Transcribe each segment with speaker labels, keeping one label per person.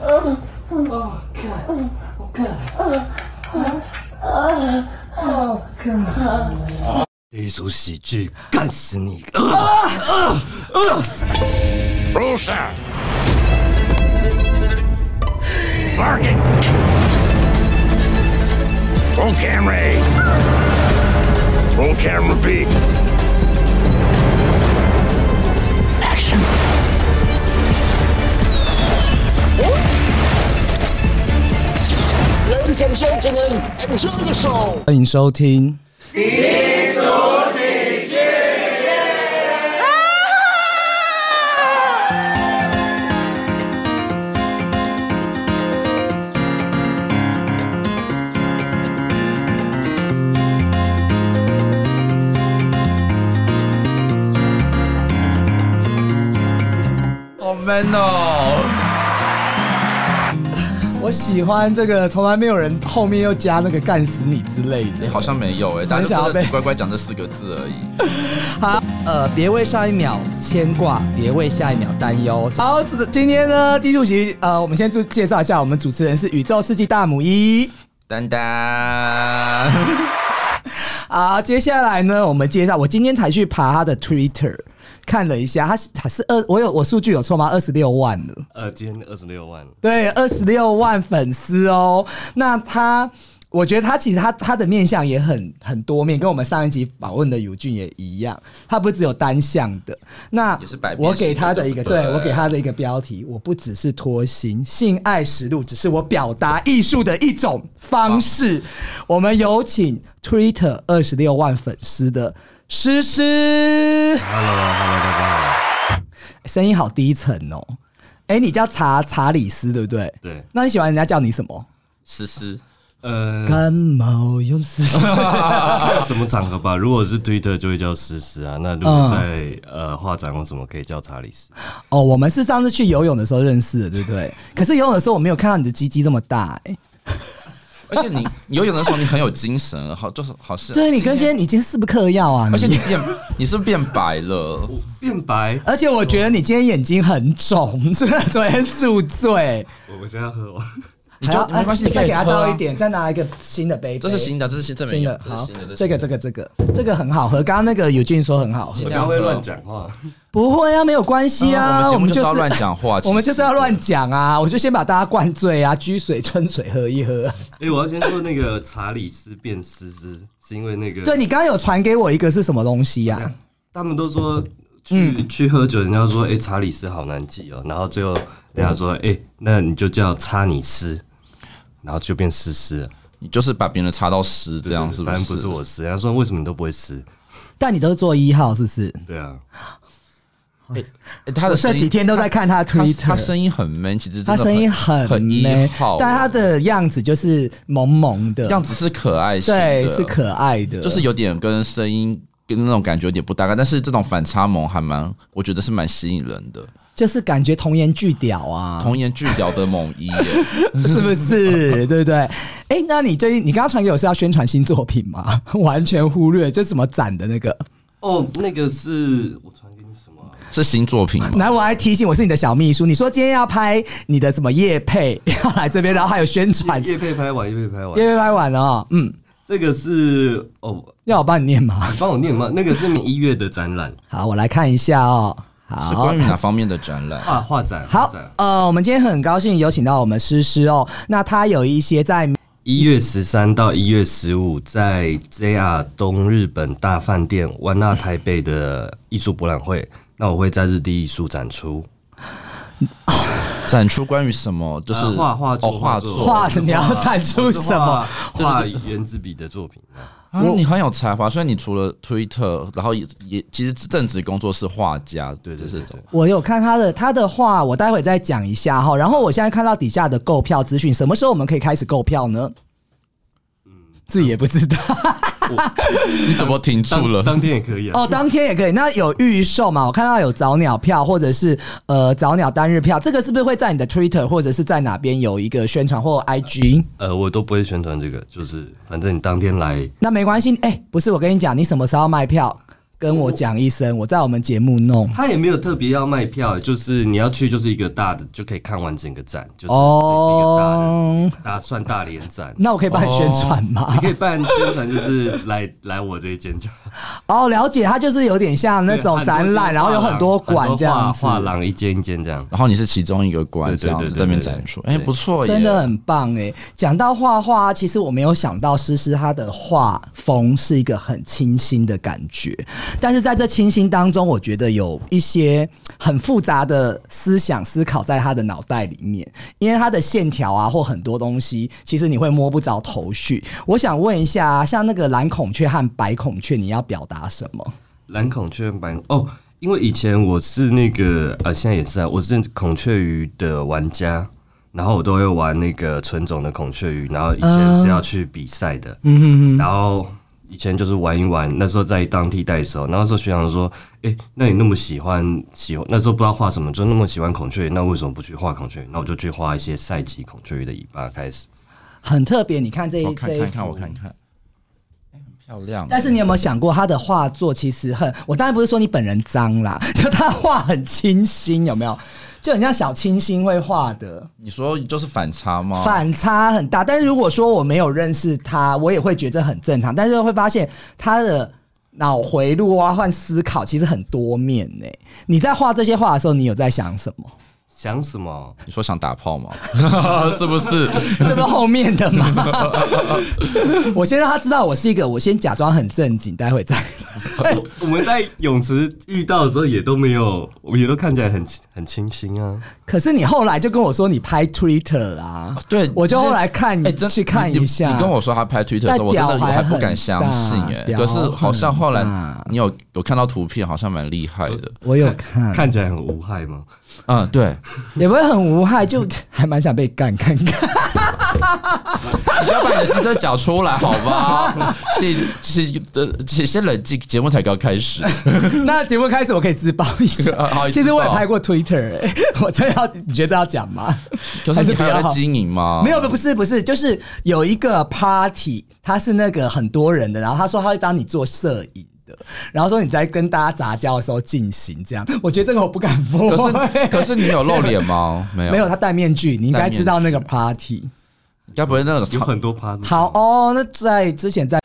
Speaker 1: Oh god. Oh god. Oh god.
Speaker 2: 一首喜剧干死你！
Speaker 3: Rusa! Larkin! Roll camera A. Roll camera B. Action!
Speaker 4: Ladies and gentlemen, enjoy the show.
Speaker 2: 欢迎收听。好 man 哦！我喜欢这个，从来没有人后面又加那个“干死你”之类的
Speaker 5: 哎，。好像没有哎、大家
Speaker 2: 很想
Speaker 5: 就
Speaker 2: 要
Speaker 5: 真的
Speaker 2: 被
Speaker 5: 只乖乖讲这四个字而已。
Speaker 2: 呃，别为上一秒牵挂，别为下一秒担忧。好，是的今天呢，低主席，呃，我们先就介绍一下，我们主持人是宇宙世纪大母一。
Speaker 5: 丹丹，
Speaker 2: 好，啊接下来呢，我们介绍，我今天才去爬他的 Twitter。看了一下，他是他是二，我有我数据有错吗？二十六万的，
Speaker 6: 呃，今天二十六万，
Speaker 2: 对，二十六万粉丝哦。那他，我觉得他其实他他的面相也很很多面，跟我们上一集访问的尤俊也一样，他不是只有单向的。那
Speaker 5: 也是百变
Speaker 2: 我给他的一
Speaker 5: 型
Speaker 2: 个，
Speaker 5: 的
Speaker 2: 对
Speaker 5: 对不对
Speaker 2: 我给他的一个标题，我不只是脱形，性爱实录只是我表达艺术的一种方式。我们有请 Twitter 二十六万粉丝的诗诗。声音好低沉哦。哎，你叫查查理斯对不对？
Speaker 6: 对
Speaker 2: 那你喜欢人家叫你什么？
Speaker 5: 思思，
Speaker 6: 呃，
Speaker 2: 感冒用死。
Speaker 6: 看什么场合吧？如果是 Twitter 就会叫诗诗啊，那如果在、呃画展或什么可以叫查理斯。
Speaker 2: 哦，我们是上次去游泳的时候认识的，对不对？可是游泳的时候我没有看到你的鸡鸡这么大、哎，
Speaker 5: 而且 你你游泳的时候你很有精神，好就是好是。
Speaker 2: 对你跟今天你今天是不是嗑药啊？
Speaker 5: 而且你变你是不是变白了，
Speaker 6: 变白，
Speaker 2: 而且我觉得你今天眼睛很肿， 虽然昨天宿醉，
Speaker 6: 我我现在喝完。
Speaker 5: 你
Speaker 2: 还要
Speaker 5: 就没关系，
Speaker 2: 哎
Speaker 5: 你可
Speaker 2: 再
Speaker 5: 以
Speaker 2: 给他
Speaker 5: 喝啊
Speaker 2: 倒一。点，再拿一个新的杯杯。
Speaker 5: 这是新的，这是新这没
Speaker 2: 新
Speaker 5: 有
Speaker 2: 的，
Speaker 5: 这是
Speaker 2: 好
Speaker 5: 新的，
Speaker 2: 这个这个这个这个很好喝。刚刚那个有俊说很好喝
Speaker 5: 尽，
Speaker 6: 我
Speaker 5: 量
Speaker 6: 刚
Speaker 5: 喝
Speaker 6: 会乱讲话，
Speaker 2: 不会啊，没有关系啊、
Speaker 5: 嗯我们节目就是要
Speaker 2: 我
Speaker 5: 乱讲 话
Speaker 2: 我们
Speaker 5: 其
Speaker 2: 就
Speaker 5: 实
Speaker 2: 是要乱讲啊！我就先把大家灌醉啊，掬水、 春水喝一喝。啊
Speaker 6: 哎、我要先说那个查理斯变诗诗，是因为那个
Speaker 2: 对你刚刚有传给我一个是什么东西啊呀、
Speaker 6: 他们都说去、
Speaker 2: 嗯
Speaker 6: 去喝酒，人家说哎、欸查理斯好难记哦，然后最后人家说哎、欸那你就叫查理斯，然后就变诗诗了。
Speaker 5: 你就是把别人擦到湿，这样是
Speaker 6: 反
Speaker 5: 是？
Speaker 6: 正不是我诗，人家说为什么你都不会诗？
Speaker 2: 但你都是做一号是不是？
Speaker 6: 对啊，
Speaker 5: 哎，他
Speaker 2: 我
Speaker 5: 的
Speaker 2: 这
Speaker 5: 声音
Speaker 2: 几天都在看他的
Speaker 5: 他
Speaker 2: Twitter，
Speaker 5: 他声音很 man，其实真
Speaker 2: 他
Speaker 5: 的
Speaker 2: 声音
Speaker 5: 很
Speaker 2: 很
Speaker 5: 一
Speaker 2: man，
Speaker 5: 号，
Speaker 2: 但他的样子就是萌萌的，
Speaker 5: 样子是可爱型的，
Speaker 2: 对是可爱
Speaker 6: 啊
Speaker 2: 的，
Speaker 5: 就是有点跟声音跟那种感觉有点不搭嘎，但是这种反差萌还蛮，我觉得是蛮吸引人的，
Speaker 2: 就是感觉童颜巨屌啊，
Speaker 5: 童颜巨屌的猛一耶，
Speaker 2: 是不是？对不对？哎、那你最近你刚刚传给我是要宣传新作品吗？ 完全忽略这是什么展的那个。
Speaker 6: 哦，那个是我传给你什么啊、
Speaker 5: 是新作 品吗？
Speaker 2: 然后我还提醒我是你的小秘书，你说今天要拍你的什么夜配， 要来这边，然后还有宣传，
Speaker 6: 叶
Speaker 2: 夜
Speaker 6: 配拍完，叶配拍完，
Speaker 2: 配拍完了哦，嗯，
Speaker 6: 这个是哦，
Speaker 2: 要我帮你念吗？
Speaker 6: 你帮我念吗？那个是你一月的展览，
Speaker 2: 好，我来看一下哦。
Speaker 5: 是
Speaker 2: 好
Speaker 5: 关于，哪方面的展览？
Speaker 6: 画画展，画
Speaker 2: 好
Speaker 6: 展，
Speaker 2: 呃，我们今天很高兴有请到我们诗诗哦，那她有一些在
Speaker 6: 一月十三到一月十五，在 JR 东日本大饭店湾纳台北的艺术博览会，那我会在日地艺术展出。
Speaker 5: 展出关于什么？就是
Speaker 6: 呃画画
Speaker 5: 哦
Speaker 6: 作
Speaker 5: 画
Speaker 6: 作哦
Speaker 5: 作
Speaker 2: 画你要展出什么？
Speaker 6: 我是画画原子笔的 作品。
Speaker 5: 啊，你很有才华，所以你除了推特，然后也也其实正职工作是画家，对
Speaker 6: 对
Speaker 5: 这
Speaker 6: 对
Speaker 5: 是种
Speaker 2: 我有看她的她的话，我待会再讲一下哈、然后我现在看到底下的购票资讯，什么时候我们可以开始购票呢？自己也不知道。
Speaker 5: 你怎么停住
Speaker 6: 当
Speaker 5: 了？
Speaker 6: 当天也可以啊。
Speaker 2: 哦，当天也可以。那有预售嘛？我看到有早鸟票，或者是呃早鸟单日票，这个是不是会在你的 Twitter 或者是在哪边有一个宣传或 IG？
Speaker 6: 呃，我都不会宣传这个，就是反正你当天来，
Speaker 2: 那没关系。哎、不是，我跟你讲，你什么时候卖票？跟我讲一声，我在我们节目弄。
Speaker 6: 他也没有特别要卖票，就是你要去就是一个大的，就可以看完整个站，就是这是一个大的
Speaker 2: 哦，
Speaker 6: 大算大连站。
Speaker 2: 那我可以帮你宣传吗
Speaker 6: 哦你？可以办宣传，就是来来我这一间就好
Speaker 2: 哦，了解，它就是有点像那种 展览，然后有很多馆这样子，
Speaker 6: 画廊一间一间这样。
Speaker 5: 然后你是其中一个关
Speaker 6: 对对
Speaker 5: 这样子
Speaker 6: 对对
Speaker 5: 在那边
Speaker 6: 对对
Speaker 5: 展出，哎，不错耶，
Speaker 2: 真的很棒哎、讲到画画，其实我没有想到诗诗她的画风是一个很清新的感觉，但是在这清新当中，我觉得有一些很复杂的思想思考在她的脑袋里面，因为她的线条啊或很多东西，其实你会摸不着头绪。我想问一下，像那个蓝孔雀和白孔雀，你要表达什么？
Speaker 6: 蓝孔雀版哦，因为以前我是那个呃，现在也是啊，我是孔雀鱼的玩家，然后我都会玩那个纯种的孔雀鱼，然后以前是要去比赛的，嗯然后以前就是玩一玩，那时候在当替代的时候，然后那时候学长说，哎、那你那么喜欢喜欢，那时候不知道画什么，就那么喜欢孔雀鱼，那为什么不去画孔雀鱼？那我就去画一些赛级孔雀鱼的尾巴开始。
Speaker 2: 很特别，你看这
Speaker 5: 我
Speaker 2: 一
Speaker 5: 看
Speaker 2: 这一
Speaker 5: 看看，
Speaker 2: 幅
Speaker 5: 我看看，哎，很漂亮。
Speaker 2: 但是你有没有想过，他的画作其实很……我当然不是说你本人脏啦， 就他画很清新，有没有？就很像小清新会画的，
Speaker 5: 你说就是反差吗？
Speaker 2: 反差很大。但是如果说我没有认识他，我也会觉得很正常。但是会发现他的脑回路啊，换思考其实很多面呢、你在画这些画的时候，你有在想什么？
Speaker 6: 想什么？
Speaker 5: 你说想打炮吗？ 是不是？
Speaker 2: 这不是后面的吗？ 我先让他知道我是一个，我先假装很正经，待会再。
Speaker 6: 哎我我们在泳池遇到的时候也都没有，我们也都看起来很很清新啊。
Speaker 2: 可是你后来就跟我说你拍 Twitter 啦、
Speaker 5: 哦对，
Speaker 2: 我就后来看
Speaker 5: 哎，真
Speaker 2: 去看
Speaker 5: 你
Speaker 2: 一下。
Speaker 5: 你你跟我说他拍 Twitter 的时候，我真的
Speaker 2: 但
Speaker 5: 我
Speaker 2: 屌还
Speaker 5: 还不
Speaker 2: 很
Speaker 5: 敢相信
Speaker 2: 大
Speaker 5: 哎。
Speaker 2: 屌
Speaker 5: 可是好像后来
Speaker 2: 很大
Speaker 5: 你有有看到图片，好像蛮厉害的。
Speaker 2: 我有看，
Speaker 6: 看起来很无害吗？
Speaker 5: 嗯，对，
Speaker 2: 也不会很无害，就 还蛮想被干看 看。
Speaker 5: 你不要把你的心声讲出来，好吧？ 请请呃，请先冷静，节目才刚 开始。。
Speaker 2: 那节目开始，我可以自爆一下
Speaker 5: 哦好
Speaker 2: 其实我也
Speaker 5: 自爆
Speaker 2: 拍过 Twitter，、欸、 我真的要你觉得要讲吗？
Speaker 5: 就
Speaker 2: 还
Speaker 5: 是
Speaker 2: 是
Speaker 5: 你
Speaker 2: 不
Speaker 5: 还有
Speaker 2: 要
Speaker 5: 在哦经营吗？
Speaker 2: 没有，不是不是，就是有一个 party，他是那个很多人的，然后他说他会帮你做摄影的，然后说你在跟大家杂交的时候进行这样。我觉得这个我不敢播、
Speaker 5: 可 是可是你有露脸吗？没有，
Speaker 2: 没有，他戴面具，你应该
Speaker 5: 戴面具
Speaker 2: 知道那个 party。
Speaker 5: 该不会那种
Speaker 6: 有
Speaker 5: 长
Speaker 6: 很多趴。
Speaker 2: 好哦，那在之前
Speaker 5: 嗯
Speaker 2: 在，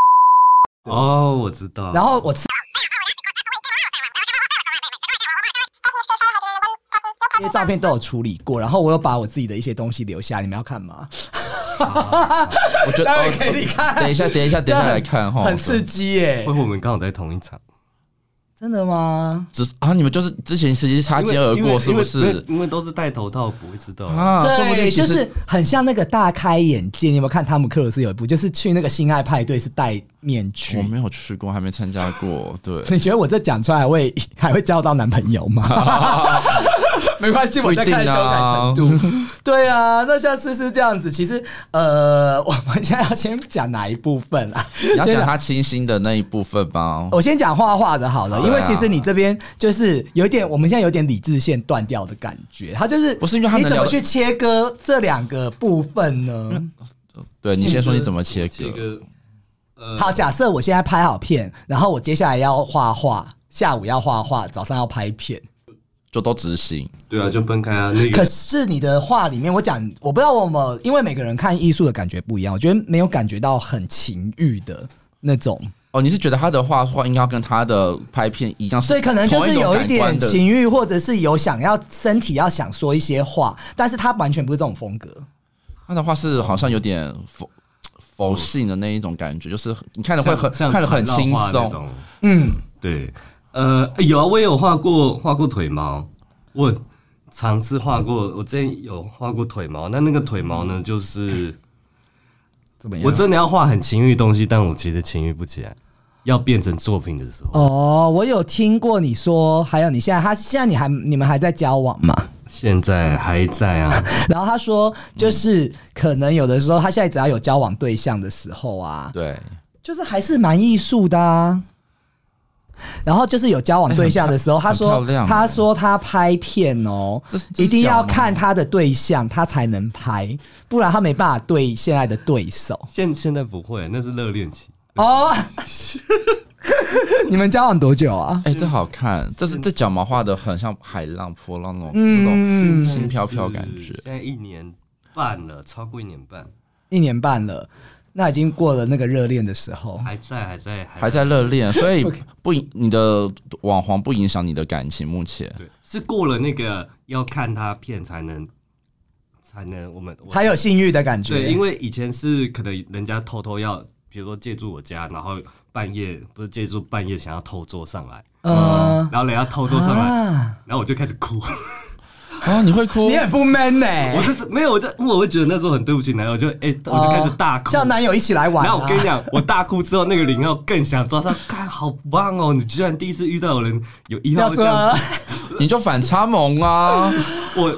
Speaker 6: 哦，我知道。
Speaker 2: 然后我吃这些照片都有处理过，然后我有把我自己的一些东西留下，你们要看吗？
Speaker 5: 我觉得
Speaker 2: 待会
Speaker 5: 哦
Speaker 2: 给你看
Speaker 5: 等一下，等一下，等一下来看哈，
Speaker 2: 很刺激耶、
Speaker 6: 会不会我们刚好在同一场，
Speaker 2: 真的吗？
Speaker 5: 只是啊，你们就是之前实际擦肩而
Speaker 6: 因为
Speaker 5: 过，是
Speaker 6: 因
Speaker 5: 不？
Speaker 6: 为因为
Speaker 5: 是
Speaker 6: 因为都是戴头套，不会知道。
Speaker 5: 啊？说不定
Speaker 2: 对，
Speaker 5: 其
Speaker 2: 就
Speaker 5: 实
Speaker 2: 是很像那个大开眼界。你有没有看汤姆克鲁斯有一部，就是去那个性爱派对是戴面具
Speaker 5: 我？没有去过，还没参加过。 对，
Speaker 2: 你觉得我这讲出来会 还会交到男朋友吗？ 没关系，我在看修改程度。对啊， 那像思思这样子，其实呃，我们现在要先讲哪一部分啊？
Speaker 5: 你要
Speaker 2: 先
Speaker 5: 讲他清新的那一部分吗？
Speaker 2: 我先讲画画的好了，
Speaker 5: 好呀
Speaker 2: 因为其实你这边就是有一点，我们现在有点理智线断掉的感觉。他就是
Speaker 5: 不是因为它
Speaker 2: 你
Speaker 5: 能
Speaker 2: 怎
Speaker 5: 聊
Speaker 2: 么
Speaker 5: 得
Speaker 2: 去切割这两个部分呢？
Speaker 5: 对你先说你怎么切
Speaker 6: 这
Speaker 5: 割，
Speaker 6: 个
Speaker 2: 好，假设我现在拍好片，然后我接下来要画画，下午要画画，早上要拍片。
Speaker 5: 就都执行。
Speaker 6: 对啊，就分开啊。那
Speaker 2: 可
Speaker 6: 个
Speaker 2: 是你的画里面，我讲我不知道我们，因为每个人看艺术的感觉不一样，我觉得没有感觉到很情欲的那种，
Speaker 5: 哦，你是觉得他的画画应该要跟他的拍片一样，
Speaker 2: 所以可能就是
Speaker 5: 同种
Speaker 2: 有一
Speaker 5: 感官
Speaker 2: 点
Speaker 5: 的
Speaker 2: 情欲，或者是有想要身体要想说一些话，但是他完全不是这种风格。
Speaker 5: 他的话是好像有点否否性的那一种感觉，就是你看的会很
Speaker 6: 像像
Speaker 5: 看的很
Speaker 6: 缠
Speaker 5: 轻
Speaker 6: 绕画那
Speaker 5: 松。
Speaker 6: 种。
Speaker 2: 嗯，
Speaker 6: 对，呃，有啊，我也有画过画过腿毛，我尝试画过，我之前有画过腿毛。那那个腿毛呢，就是
Speaker 2: 怎么样？
Speaker 6: 我真的要画很情欲的东西，但我其实情欲不起来。要变成作品的时候，
Speaker 2: 哦，我有听过你说，还有你现在他现在你还你们还在交往吗？
Speaker 6: 现在还在啊。
Speaker 2: 然后他说，就是可能有的时候，他现在只要有交往对象的时候啊，
Speaker 5: 对，
Speaker 2: 就是还是蛮艺术的啊。然后就是有交往对象的时候，
Speaker 6: 哎
Speaker 2: 他
Speaker 5: 很
Speaker 2: 说
Speaker 5: 漂亮
Speaker 2: 他
Speaker 5: 欸
Speaker 2: 说他拍片哦
Speaker 5: 这是，这
Speaker 2: 一
Speaker 5: 是
Speaker 2: 定
Speaker 5: 假
Speaker 2: 要
Speaker 5: 吗
Speaker 2: 看他的对象，他才能拍，不然他没办法对现在的对手。
Speaker 6: 嗯现现在不会，那是热恋期。
Speaker 2: 哦， 你们交往多久啊？
Speaker 5: 哎、这好看，这是
Speaker 2: 嗯
Speaker 5: 这脚毛画的很像海浪波浪那种那种轻嗯飘飘感觉。
Speaker 6: 现在一年半了，超过一年半，
Speaker 2: 一年半了，那已经过了那个热恋的时候。
Speaker 6: 还在，还在，
Speaker 5: 还在热 恋，所以不影你的网黄不影响你的感情。目前
Speaker 6: 对，是过了那个要看他片才能才能我们我
Speaker 2: 才有性欲的感觉。
Speaker 6: 对，因为以前是可能人家偷偷要，比如说借住我家，然后半夜不是借住半夜想要偷坐上来，
Speaker 2: 呃
Speaker 6: 然后人家偷坐上来，
Speaker 2: 啊，
Speaker 6: 然后我就开始哭，
Speaker 5: 啊，你会哭
Speaker 2: 你？很不 man 呢、
Speaker 6: 我就是 没有，我就我会觉得那时候很对不起男友，我就哎、我就开始大哭。
Speaker 2: 哦叫男友一起来玩、
Speaker 6: 然
Speaker 2: 啊。
Speaker 6: 后我跟你讲，我大哭之后，那个林耀更想抓 上，看好棒哦！你居然第一次遇到有人有一
Speaker 2: 要
Speaker 6: 号这
Speaker 2: 做
Speaker 6: 样
Speaker 2: 啊
Speaker 6: 子，，
Speaker 5: 你就反差 萌啊！
Speaker 6: 我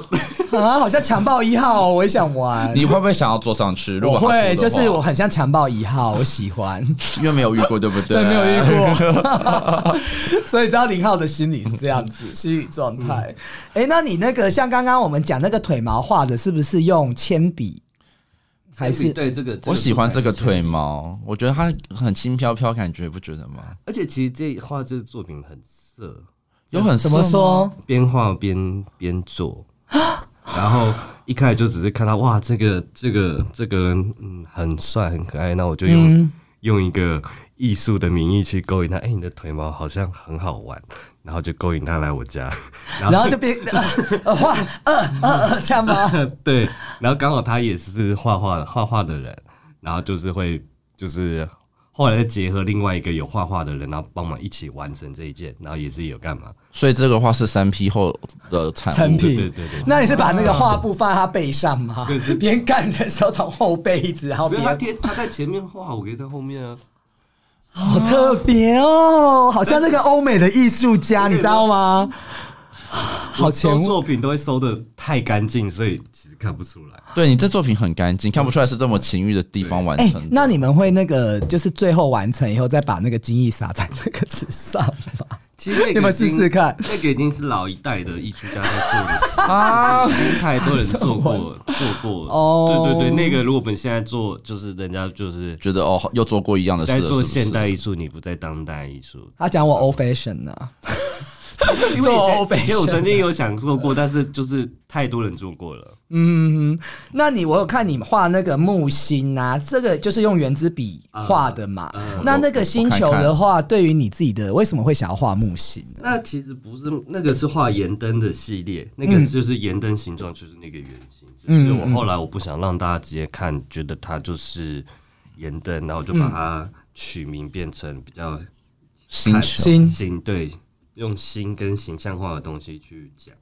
Speaker 2: 啊好像强暴一号、哦，我也想玩。
Speaker 5: 你会不会想要坐上去？如
Speaker 2: 我
Speaker 5: 果他
Speaker 2: 会，
Speaker 5: 做的
Speaker 2: 就
Speaker 5: 话
Speaker 2: 是我很像强暴一号，我喜欢，
Speaker 5: 因为没有遇过，对不对？
Speaker 2: 对，没有遇过，所以知道零号的心理是这样子，心理状态。哎、那你那个像刚刚我们讲那个腿毛画的，是不是用铅笔？还是
Speaker 6: 对这个，
Speaker 5: 我喜欢这个
Speaker 6: 腿。
Speaker 5: 腿毛，我觉得它很轻飘飘，感觉不觉得吗？
Speaker 6: 而且其实这画这个作品很色，
Speaker 5: 有很
Speaker 2: 怎么
Speaker 5: 色吗？
Speaker 2: 说？
Speaker 6: 边画边边做，然后一开始就只是看到哇，这个这个这个人嗯很帅很可爱，那我就用、用一个艺术的名义去勾引他，哎、你的腿毛好像很好玩，然后就勾引他来我家，然
Speaker 2: 然
Speaker 6: 后
Speaker 2: 后就变 呃呃画呃呃呃这样吗？
Speaker 6: 对，然后刚好他也是画画画画的人，然后就是会就是。后来再结合另外一个有画画的人，然后帮忙一起完成这一件，然后也是有干嘛？
Speaker 5: 所以这个话是三 P 后的产物。
Speaker 2: 成
Speaker 6: 对
Speaker 2: 品
Speaker 6: 对对。
Speaker 2: 那你是把那个画布放在他背上吗
Speaker 6: 对对？
Speaker 2: 边干的时候从后背一直，然后
Speaker 6: 不要他
Speaker 2: 边
Speaker 6: 贴，他在前面画，我可以在后面啊。
Speaker 2: 好特别哦，好像那个欧美的艺术家，你知道吗？好前
Speaker 6: 收
Speaker 2: 卫，
Speaker 6: 作品都会收的太干净，所以其实看不出来。
Speaker 5: 对你这作品很干净，看不出来是这么情欲的地方完
Speaker 2: 哎、
Speaker 5: 成的。
Speaker 2: 那你们会那个就是最后完成以后再把那个精液洒在那个纸上吗？
Speaker 6: 其实那个已经
Speaker 2: 你们试试看
Speaker 6: 那个已经是老一代的艺术家在做的事
Speaker 5: 啊
Speaker 6: 啊，已经太多人做 过做过。
Speaker 2: 哦
Speaker 6: 哦，对对对，那个如果我们现在做，就是人家就是
Speaker 5: 觉得哦，又做过一样的事
Speaker 6: 在
Speaker 5: 了，是
Speaker 6: 做
Speaker 5: 不是
Speaker 6: 现代艺术，你不在当代艺术。
Speaker 2: 他讲我 old fashion 啊呢、
Speaker 6: 因
Speaker 2: 做
Speaker 6: 为以
Speaker 2: old
Speaker 6: 前
Speaker 2: fashion
Speaker 6: 以前我曾经有想做过，但是就是太多人做过了。
Speaker 2: 嗯，那你我有看你画那个木星啊，这个就是用圆珠笔画的嘛。那那个星球的话，对于你自己的为什么会想要画木星呢？
Speaker 6: 那其实不是那个是画盐灯的系列，那
Speaker 2: 嗯
Speaker 6: 个就是盐灯形状就是那个圆形，只是我后来我不想让大家直接看，觉得它就是盐灯，然后我就
Speaker 2: 嗯
Speaker 6: 把它取名变成比较
Speaker 5: 星球
Speaker 2: 星
Speaker 6: 形对，用心跟形象化的东西去讲。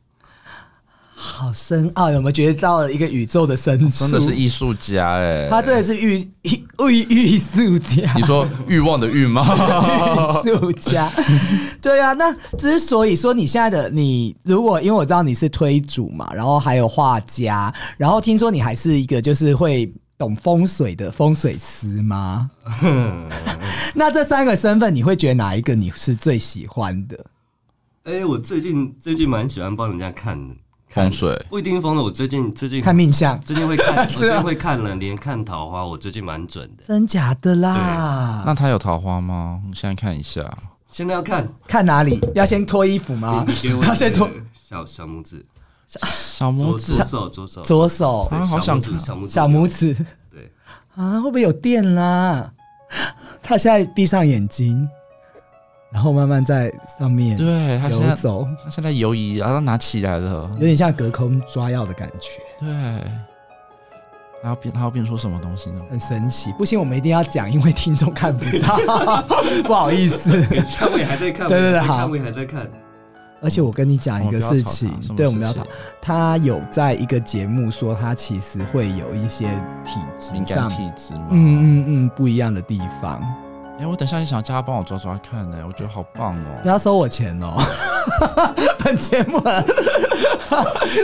Speaker 2: 好深奥，有没有觉得到了一个宇宙哦的深处？
Speaker 5: 真的是艺术家哎、
Speaker 2: 他真的是 艺艺艺艺术家，
Speaker 5: 你说欲望的欲吗？
Speaker 2: 艺术家。 对啊，那之所以说你现在的你，如果因为我知道你是推主嘛，然后还有画家，然后听说你还是一个就是会懂风水的风水师吗？嗯那这三个身份，你会觉得哪一个你是最喜欢的？
Speaker 6: 哎、我最近最近蛮喜欢帮人家看
Speaker 5: 风水
Speaker 6: 不一定疯了，我最近最近
Speaker 2: 看命相，
Speaker 6: 最近会看，我
Speaker 2: 是啊
Speaker 6: 最近会看了，连看桃花，我最近蛮准的。
Speaker 2: 真假的啦？
Speaker 5: 那他有桃花吗？你现在看一下，
Speaker 6: 现在要看，
Speaker 2: 看哪里？要先脱衣服吗
Speaker 6: 你你 给我？
Speaker 2: 要先脱
Speaker 6: 那个小小拇指，
Speaker 5: 小拇
Speaker 6: 左
Speaker 5: 指
Speaker 6: 左手左手
Speaker 2: 左手、
Speaker 5: 啊好想看
Speaker 6: 小拇指，
Speaker 2: 小拇指。
Speaker 6: 对，
Speaker 2: 啊，会不会有电啦？他现在闭上眼睛，然后慢慢在上面
Speaker 5: 对他现
Speaker 2: 游
Speaker 5: 在嗯
Speaker 2: 走，
Speaker 5: 他现在游移，然后拿起来了
Speaker 2: 有，点像隔空抓药的感觉，
Speaker 5: 对，他要变他要变出什么东西呢？
Speaker 2: 很神奇。不行，我们一定要讲，因为听众看不 到，不好意思。
Speaker 6: 等一下我也还在看，
Speaker 2: 对对
Speaker 6: 我
Speaker 2: 对
Speaker 6: 也还在看
Speaker 2: 好
Speaker 6: 我也还在看，
Speaker 2: 而且我跟你讲一个事情
Speaker 5: 哦我们不要吵他什么事，情
Speaker 2: 对，我们不要吵。他有在一个节目说，他其实会有一些体质
Speaker 5: 敏感
Speaker 2: 上，
Speaker 5: 体质吗？嗯嗯。
Speaker 2: 嗯嗯嗯，不一样的地方。
Speaker 5: 哎、我等一下也想叫他帮我抓抓看呢、我觉得好棒
Speaker 2: 不
Speaker 5: 哦。
Speaker 2: 要收我钱哦， 本节目啊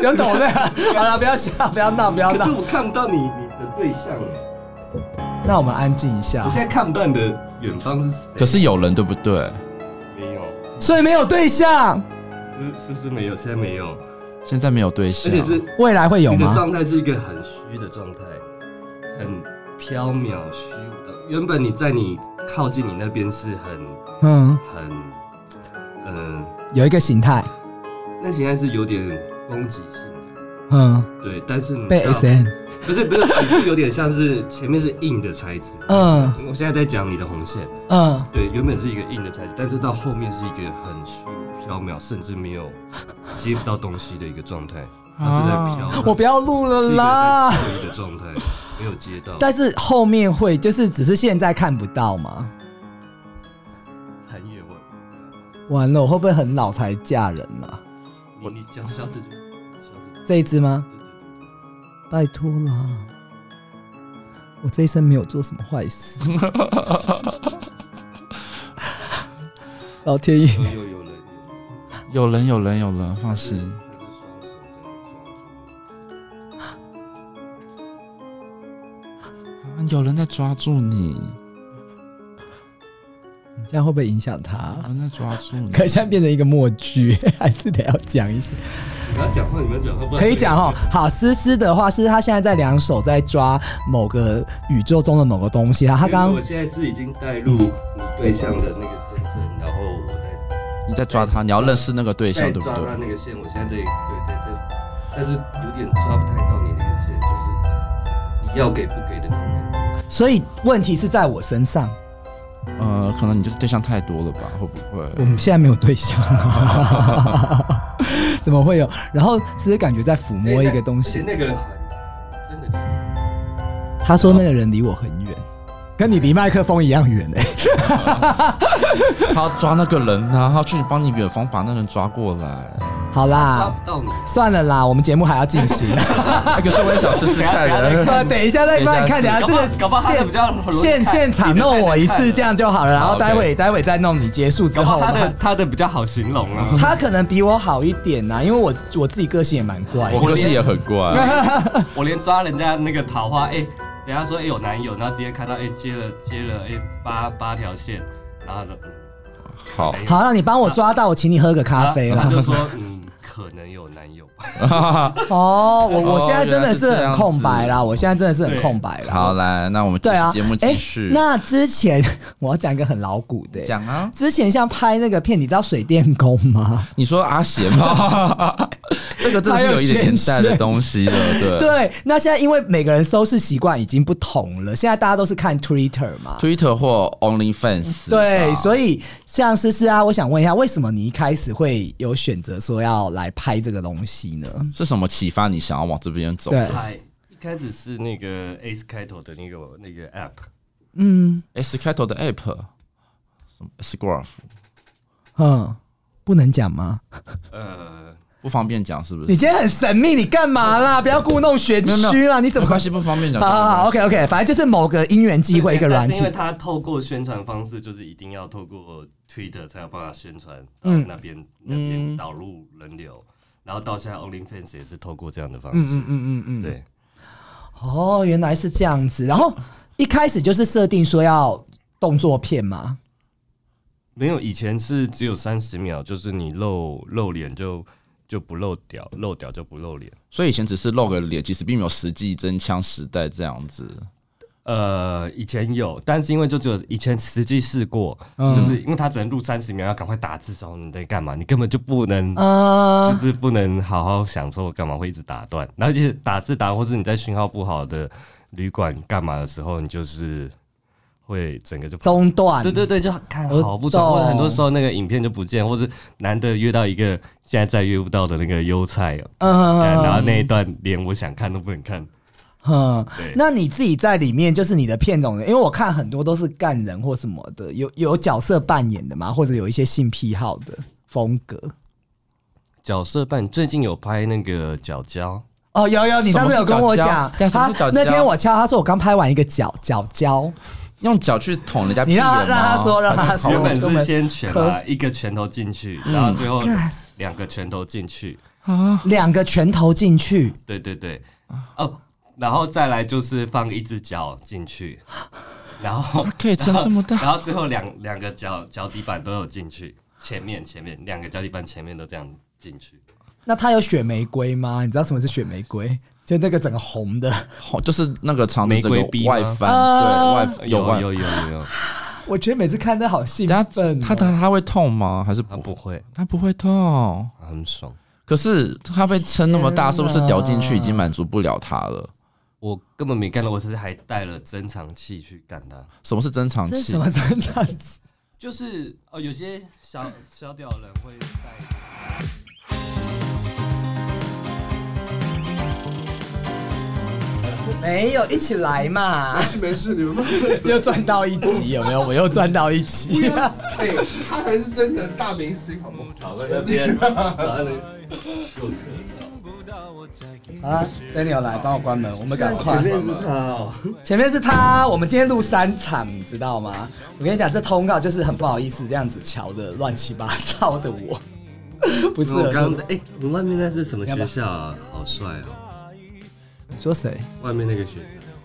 Speaker 2: 有抖的，好了，不要笑，不要闹，不要
Speaker 6: 可
Speaker 2: 闹
Speaker 6: 是。我看不到你你的对象哎，
Speaker 2: 那我们安静一下
Speaker 6: 我，现在看不到你的远方是谁，
Speaker 5: 可是有人对不对？
Speaker 6: 没有，
Speaker 2: 所以没有对象，
Speaker 6: 是是是没有，现在没有，
Speaker 5: 现在没有对
Speaker 6: 而
Speaker 5: 象，
Speaker 6: 且是
Speaker 2: 啊未来会有
Speaker 6: 你的
Speaker 2: 吗？
Speaker 6: 状态是一个很虚的状态，很缥缈虚无的。原本你在你靠近你那边是很
Speaker 2: 嗯，
Speaker 6: 很，嗯、
Speaker 2: 有一个形态，
Speaker 6: 那现在是有点攻击性的，
Speaker 2: 嗯，
Speaker 6: 对。但是你
Speaker 2: 被
Speaker 6: 到
Speaker 2: S N，
Speaker 6: 不是不是，你是有点像是前面是硬的材质。
Speaker 2: 嗯
Speaker 6: 我现在在讲你的红线，
Speaker 2: 嗯，
Speaker 6: 对，原本是一个硬的材质，但是到后面是一个很虚无缥缈，甚至没有接不到东西的一个状态，它是在飘。
Speaker 2: 啊我不要录了
Speaker 6: 是一个
Speaker 2: 啦
Speaker 6: 在。飘移的状态，没有接到，
Speaker 2: 但是后面会，就是只是现在看不到嘛。
Speaker 6: 寒夜问
Speaker 2: 完了，我会不会很老才嫁人啊？
Speaker 6: 你你讲小子就小子
Speaker 2: 这一只吗？
Speaker 6: 对对对
Speaker 2: 拜托啦，我这一生没有做什么坏 事。老天爷，
Speaker 6: 对，有有人
Speaker 5: 有人，有人，有人，
Speaker 2: 啊
Speaker 5: 放心。
Speaker 6: 他是双手这样抓住，
Speaker 5: 啊有人在抓住你，
Speaker 2: 你这样会不会影响他
Speaker 5: 有？人在抓住你。
Speaker 2: 可现在变成一个默剧， 还是得要讲一些。
Speaker 6: 你不要讲话，你们讲话不然
Speaker 2: 可以讲哈。好，思思的话是他现在在两手在抓某个宇宙中的某个东西，然后他
Speaker 6: 因为
Speaker 2: 刚
Speaker 6: 我现在是已经带入你对象的那个身份，然后我在
Speaker 5: 你在抓他，你要认识那个对
Speaker 6: 在
Speaker 5: 象，对不
Speaker 6: 抓
Speaker 5: 对
Speaker 6: 他？那个线，我现在在对在在，但是有点抓不太到你那个线，就是你要给不给的那种感
Speaker 2: 所以问题是在我身上。
Speaker 5: 呃，可能你这个对象太多了吧？会不会
Speaker 2: 我？们现在没有对 象，怎么会有？然后思思感觉在抚
Speaker 6: 觉。
Speaker 2: 摸一个东
Speaker 6: 而
Speaker 2: 西。
Speaker 6: 且那个人很真的
Speaker 2: 他说那个人离我很远，跟你离麦克风一样远哎、
Speaker 5: 他要抓那个人啊，他要去帮你远方把那人抓过来。
Speaker 2: 好
Speaker 6: 抓
Speaker 2: 啦，
Speaker 6: 不到你，
Speaker 2: 算了啦，我们节目还要 进行。
Speaker 5: 哎可是我也想试试看
Speaker 2: 算 了，
Speaker 5: 啊。
Speaker 2: 等一下再帮你看，等一下
Speaker 5: 等
Speaker 2: 这
Speaker 7: 搞不好搞不
Speaker 2: 个
Speaker 7: 好他的比较啊容易
Speaker 2: 现
Speaker 7: 看
Speaker 2: 现场
Speaker 7: 你的太
Speaker 2: 弄
Speaker 7: 难
Speaker 2: 我一
Speaker 7: 看
Speaker 2: 次，
Speaker 7: 了
Speaker 2: 这样就好了。然
Speaker 5: 好
Speaker 2: 后
Speaker 5: ，OK
Speaker 2: 待会待会再弄你结束之
Speaker 7: 然后
Speaker 2: 后，我
Speaker 7: 他的
Speaker 2: 们
Speaker 7: 他的比较好形容啊。
Speaker 2: 他可能比我好一点呐、因为我我自己个性也蛮怪
Speaker 5: 我
Speaker 2: 的。
Speaker 5: 个性也很怪，
Speaker 7: 我连抓人家那个桃花，哎、等下说哎、有男友，然后直接看到哎、接了接了哎、八八条线，然后呢
Speaker 5: 好，
Speaker 2: 好，那你帮我抓到，我请你喝个咖啡
Speaker 6: 他
Speaker 7: 啊
Speaker 2: 啦。
Speaker 6: 就说嗯，可能有男友吧。
Speaker 2: 哦，我我
Speaker 5: 哦
Speaker 2: 现在真的是
Speaker 5: 原来
Speaker 2: 很
Speaker 5: 是
Speaker 2: 空白
Speaker 7: 哦
Speaker 5: 这
Speaker 2: 啦，我现在真的是很
Speaker 7: 对
Speaker 2: 空白啦。
Speaker 5: 好，来，那我们
Speaker 2: 对啊，
Speaker 5: 节目
Speaker 2: 哎
Speaker 5: 继续。
Speaker 2: 那之前 我要讲一个很老古的、欸
Speaker 5: 讲啊，
Speaker 2: 之前像拍那个片，你知道水电工吗？
Speaker 5: 你说阿贤吗？ 这个真的是有一点年代的东西了，对。
Speaker 2: 对，那现在因为每个人收视习惯已经不同了，现在大家都是看 Twitter 嘛。
Speaker 5: Twitter 或 OnlyFans，啊
Speaker 2: 对，
Speaker 5: 以
Speaker 2: 所以像诗诗啊，我想问一下，为什么你一开始会有选择说要来拍这个东西呢？
Speaker 5: 是什么启发你想要往这边走？
Speaker 2: 对，
Speaker 6: 嗨，一开始是那个 S 开头的那个那个 app，
Speaker 5: ，S 开头的 App，什么 Sgraph，
Speaker 2: 嗯，不能讲吗？
Speaker 5: 嗯
Speaker 6: 呃，
Speaker 5: 不方便讲是不
Speaker 2: 你
Speaker 5: 是？
Speaker 2: 今天很神秘，你干嘛啦？不要故弄玄
Speaker 5: 没有没
Speaker 2: 虚啦！
Speaker 5: 有，
Speaker 2: 你怎么啊
Speaker 5: 没关系？不方便讲。
Speaker 2: 好好好，OK OK，反正就是某个因缘际会一个
Speaker 6: 但
Speaker 2: 软
Speaker 6: 是因为
Speaker 2: 体，
Speaker 6: 他透过宣传方式，就是一定要透过 Twitter 才有办法宣传到那边、那边导入人流，然后到现在 OnlyFans 也是透过这样的方式，嗯嗯嗯嗯，对，
Speaker 2: 哦，原来是这样子。然后一开始就是设定说要动作片嘛，
Speaker 6: 没有以前是只有三十秒，就是你露露脸就就不露屌，露屌就不露脸，
Speaker 5: 所以以前只是露个脸，其实并没有实际真枪实弹这样子。
Speaker 6: 呃，以前有，但是因为就只有以前实际试过，就是因为他只能录三十秒，要赶快打字，然后你在干嘛，你根本就不能，
Speaker 2: 呃，
Speaker 6: 就是不能好好享受干嘛，会一直打断，然后就是打字打，或是你在讯号不好的旅馆干嘛的时候，你就是会整个就。
Speaker 2: 中断
Speaker 6: 对，对对，就看
Speaker 2: 我
Speaker 6: 好不爽，或者
Speaker 2: 懂
Speaker 6: 很多时候那个影片就不见，或者难得约到一个现在再约不到的那个优菜哦，
Speaker 2: 嗯
Speaker 6: 然后那一段连我想看都不能看，
Speaker 2: 嗯
Speaker 6: 对，
Speaker 2: 那你自己在里面就是你的片种，因为我看很多都是干人或什么的，有有角色扮演的嘛，或者有一些性癖好的风格。
Speaker 6: 角色扮最近有拍那个角胶，
Speaker 2: 哦，有有，你上次有跟我讲，
Speaker 5: 什么是角胶
Speaker 2: 他
Speaker 5: 对什么是角胶
Speaker 2: 那天我敲他说我刚拍完一个脚脚胶，
Speaker 5: 用脚去捅人家屁
Speaker 2: 你
Speaker 5: 眼
Speaker 2: 让
Speaker 5: 吗
Speaker 2: 他让他说让他说
Speaker 6: 原本
Speaker 2: 根本
Speaker 6: 是先啊拳嘛，一个拳头进去，
Speaker 2: 嗯
Speaker 6: 然后最后两个拳头进去，
Speaker 2: 两个拳头进去，
Speaker 6: 对对对，哦，然后再来就是放一只脚进去，然后
Speaker 5: 可以撑这么大
Speaker 6: 然后最后两两个脚脚底板都有进去，前面前面两个脚底板前面都这样进去，
Speaker 2: 那他有雪玫瑰吗？你知道什么是雪玫瑰？就那个整个红的，
Speaker 5: 红哦就是那个肠子整
Speaker 7: 玫
Speaker 5: 个
Speaker 7: 瑰 B 吗
Speaker 5: 外翻，
Speaker 2: 啊
Speaker 5: 对外翻
Speaker 7: 有
Speaker 5: 外
Speaker 7: 有有。有有，
Speaker 2: 我觉得每次看都好兴
Speaker 5: 等下
Speaker 2: 奋哦、
Speaker 5: 他他他会痛吗？还是
Speaker 7: 他
Speaker 5: 不
Speaker 7: 不会，
Speaker 5: 他不会痛？
Speaker 7: 他很爽。
Speaker 5: 可是他被撑那么
Speaker 2: 天
Speaker 5: 大，
Speaker 2: 哪
Speaker 5: 是不是掉进去已经满足不了他了？
Speaker 7: 我根本没干到，我只是还带了增长器去干它。
Speaker 5: 什么是增长
Speaker 2: 这是
Speaker 5: 期
Speaker 2: 什？么真这样子？
Speaker 7: 就是哦，有些小小屌人会带。
Speaker 2: 没有，一起来嘛！
Speaker 8: 没事，你们慢慢
Speaker 2: 又赚到一 集，有没有？我又赚到一集。
Speaker 8: 哎、他才是真的大明星，好不好？
Speaker 7: 那边，
Speaker 2: 好啦 d a n 来帮我关门，我们赶快。
Speaker 7: 好，
Speaker 2: 前面是他，我们今天录三场，你知道吗？我跟你讲，这通告就是很不好意思这样子瞧的乱七八糟的我， 不是
Speaker 7: 我刚哎，你外面那是什么
Speaker 2: 学
Speaker 7: 学校啊？好帅哦！
Speaker 2: 说谁？
Speaker 7: 外面那个学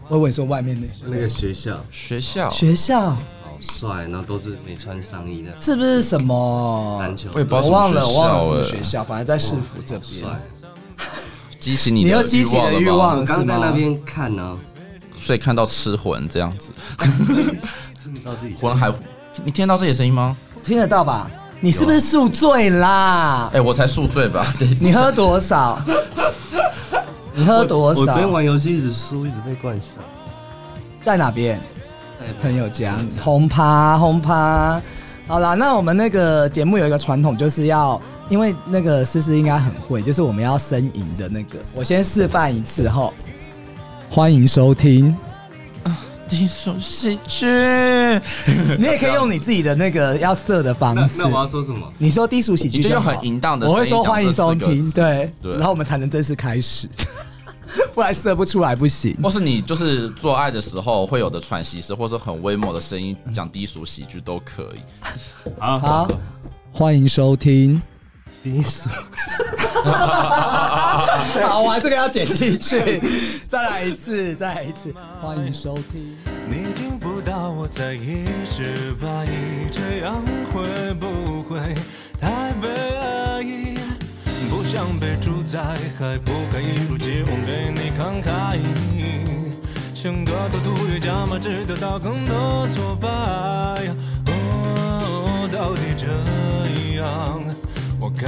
Speaker 2: 我以为你说外面的
Speaker 7: 那个学校
Speaker 5: 学校？
Speaker 2: 学校
Speaker 7: 好帅，然后都是没穿上衣的
Speaker 2: 是不是什么？
Speaker 7: 篮球，
Speaker 5: 我也不知道
Speaker 2: 我忘
Speaker 5: 什么学
Speaker 2: 了，
Speaker 5: 校
Speaker 2: 我忘了什么
Speaker 5: 哎
Speaker 2: 学校，反正在市府这边。
Speaker 7: 帅。
Speaker 5: 激起你
Speaker 2: 你
Speaker 5: 的
Speaker 2: 又激起了
Speaker 5: 了
Speaker 2: 欲
Speaker 5: 吧
Speaker 2: 望
Speaker 7: 我
Speaker 2: 是
Speaker 7: 刚在那
Speaker 2: 吗？
Speaker 7: 边看呢，
Speaker 5: 所以看到吃魂这样子，
Speaker 7: 到自己
Speaker 5: 魂还你听到这些声音吗？
Speaker 2: 听得到吧？你是不是宿醉啦
Speaker 5: 哎、？我才宿醉吧？对，
Speaker 2: 你喝多少？你喝多
Speaker 7: 我昨天
Speaker 2: 少？
Speaker 7: 玩游戏一直输，一直被灌笑。
Speaker 2: 在哪边？
Speaker 7: 哎
Speaker 2: 朋友家轰趴轰趴。好啦，那我们那个节目有一个传统，就是要因为那个思思应该很会，就是我们要呻吟的那个，我先示范一次哈。欢迎收听，
Speaker 5: 听说喜剧，
Speaker 2: 你也可以用你自己的那个要色的方
Speaker 7: 那
Speaker 2: 式
Speaker 7: 那。我要说什么？
Speaker 2: 你说低俗喜剧
Speaker 5: 你就用
Speaker 2: 好
Speaker 5: 很淫荡的
Speaker 2: 我
Speaker 5: 声音
Speaker 2: 会说欢迎收
Speaker 5: 讲这四
Speaker 2: 听，
Speaker 5: 个字
Speaker 2: 对，
Speaker 5: 对
Speaker 2: 然后我们才能正式开始，不然射不出来不行。
Speaker 5: 或是你就是做爱的时候会有的喘息声，或是很威猛的声音，讲低俗喜剧都可以。
Speaker 2: 好，欢迎收听。
Speaker 7: 第一 首
Speaker 2: 好，我这个要剪进去，再来一次，再来一次。欢迎收听。
Speaker 9: 你听不到我在一直怀疑，这样会不会太悲哀？不想被主宰，还不敢一如既往对你慷慨。想得到突越加码，只得到更多挫败。哦，到底这样，我该